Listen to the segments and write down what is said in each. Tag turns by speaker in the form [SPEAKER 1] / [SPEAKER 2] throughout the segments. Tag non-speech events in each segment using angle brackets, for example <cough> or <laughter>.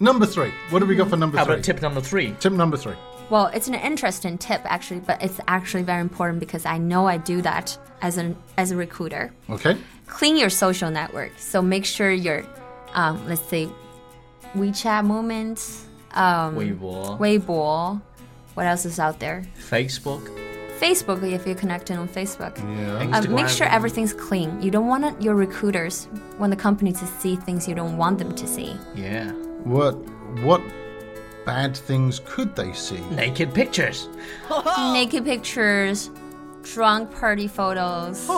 [SPEAKER 1] Number three. What do we got for number
[SPEAKER 2] How
[SPEAKER 1] three?
[SPEAKER 2] about tip number three?
[SPEAKER 1] Tip number three.
[SPEAKER 3] Well, it's an interesting tip actually, but it's actually very important because I know I do that as an as a recruiter.
[SPEAKER 1] Okay.
[SPEAKER 3] Clean your social network. So make sure your, um, let's say, WeChat Moments, um,
[SPEAKER 2] Weibo,
[SPEAKER 3] Weibo, what else is out there?
[SPEAKER 2] Facebook,
[SPEAKER 3] Facebook if you're connected on Facebook.
[SPEAKER 1] Yeah.
[SPEAKER 3] Uh,
[SPEAKER 2] Mm.
[SPEAKER 3] make
[SPEAKER 2] Instagram.
[SPEAKER 3] sure everything's clean. You don't want your recruiters, want the company to see things you don't want them to see.
[SPEAKER 2] Yeah.
[SPEAKER 1] What what bad things could they see?
[SPEAKER 2] Naked pictures.
[SPEAKER 3] Naked pictures, drunk party photos.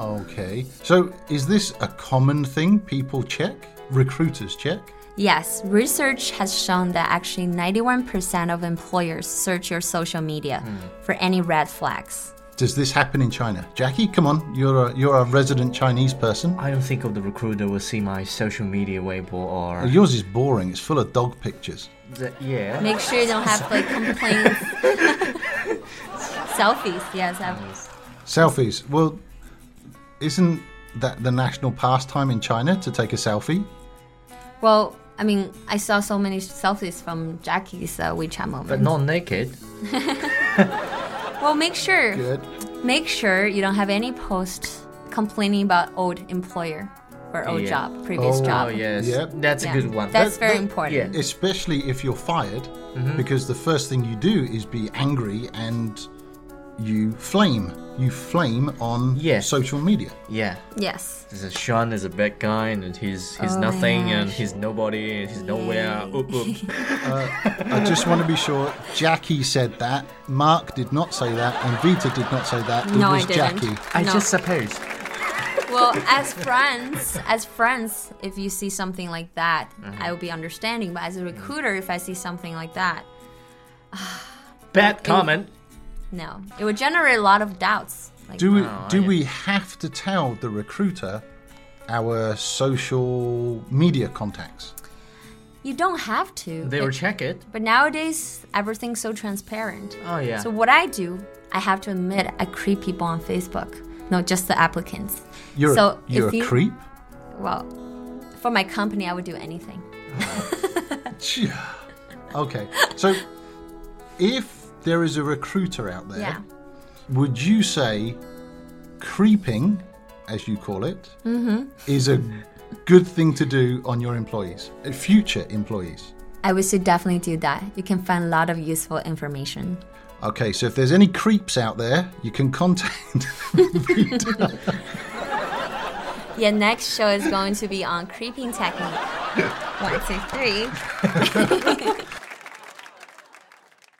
[SPEAKER 1] Okay. So is this a common thing people check? Recruiters check?
[SPEAKER 3] Yes, research has shown that actually 91% of employers search your social media
[SPEAKER 2] Hmm.
[SPEAKER 3] for any red flags.
[SPEAKER 1] Does this happen in China? Jackie, come on. You're a, you're a resident Chinese person.
[SPEAKER 2] I don't think of the recruiter will see my social media Weibo or
[SPEAKER 1] Yours is boring. It's full of dog pictures.
[SPEAKER 2] the, yeah.
[SPEAKER 3] Make sure you don't have
[SPEAKER 2] <laughs>
[SPEAKER 3] like complaints. Selfies, yes. I've-
[SPEAKER 1] Selfies. Well, isn't that the national pastime in China to take a selfie?
[SPEAKER 3] Well, I mean, I saw so many selfies from Jackie's uh, WeChat moment.
[SPEAKER 2] But not naked.
[SPEAKER 3] well, make sure
[SPEAKER 1] Good.
[SPEAKER 3] make sure you don't have any posts complaining about old employer or old
[SPEAKER 2] Yeah.
[SPEAKER 3] job, previous
[SPEAKER 1] Oh,
[SPEAKER 3] job.
[SPEAKER 2] Oh yes.
[SPEAKER 1] Yep.
[SPEAKER 2] That's
[SPEAKER 3] Yeah.
[SPEAKER 2] a good one.
[SPEAKER 3] That's
[SPEAKER 2] That-
[SPEAKER 3] very
[SPEAKER 2] that-
[SPEAKER 3] important.
[SPEAKER 2] Yeah.
[SPEAKER 1] Especially if you're fired, because the first thing you do is be angry and you flame. You flame on
[SPEAKER 2] Yeah.
[SPEAKER 1] social media.
[SPEAKER 2] Yeah.
[SPEAKER 3] Yes.
[SPEAKER 2] This is Sean is a bad guy and he's he's
[SPEAKER 3] Oh my
[SPEAKER 2] nothing and
[SPEAKER 3] gosh.
[SPEAKER 2] he's nobody and he's nowhere. Oop, oop. <laughs>
[SPEAKER 1] I just want to be sure Jackie said that, Mark did not say that, and Vita did not say that. It
[SPEAKER 3] No, I
[SPEAKER 1] was
[SPEAKER 3] didn't.
[SPEAKER 1] Jackie.
[SPEAKER 2] I
[SPEAKER 3] No.
[SPEAKER 2] just suppose.
[SPEAKER 3] well as friends as friends if you see something like that
[SPEAKER 1] Mm-hmm.
[SPEAKER 3] i will be understanding but as a recruiter if i see something like that
[SPEAKER 2] Bad comment.
[SPEAKER 3] no it would generate a lot of doubts like
[SPEAKER 1] Do we, do we have to tell the recruiter our social media contacts?
[SPEAKER 3] you don't have to
[SPEAKER 2] They will
[SPEAKER 3] It-
[SPEAKER 2] check it.
[SPEAKER 3] but nowadays everything's so transparent
[SPEAKER 2] Oh yeah.
[SPEAKER 3] so what i do i have to admit i creep people on facebook no just the applicants
[SPEAKER 1] You're,
[SPEAKER 3] So
[SPEAKER 1] a, you're
[SPEAKER 3] if
[SPEAKER 1] a
[SPEAKER 3] you-
[SPEAKER 1] creep?
[SPEAKER 3] well for my company i would do anything
[SPEAKER 1] Gee. okay. So if there is a recruiter out there,
[SPEAKER 3] yeah
[SPEAKER 1] would you say creeping, as you call it, is a good thing to do on your employees, uh, future employees?
[SPEAKER 3] i would say definitely do that you can find a lot of useful information
[SPEAKER 1] Okay, so if there's any creeps out there, you can contact.
[SPEAKER 3] Your next show is going to be on creeping technique. One, two, three.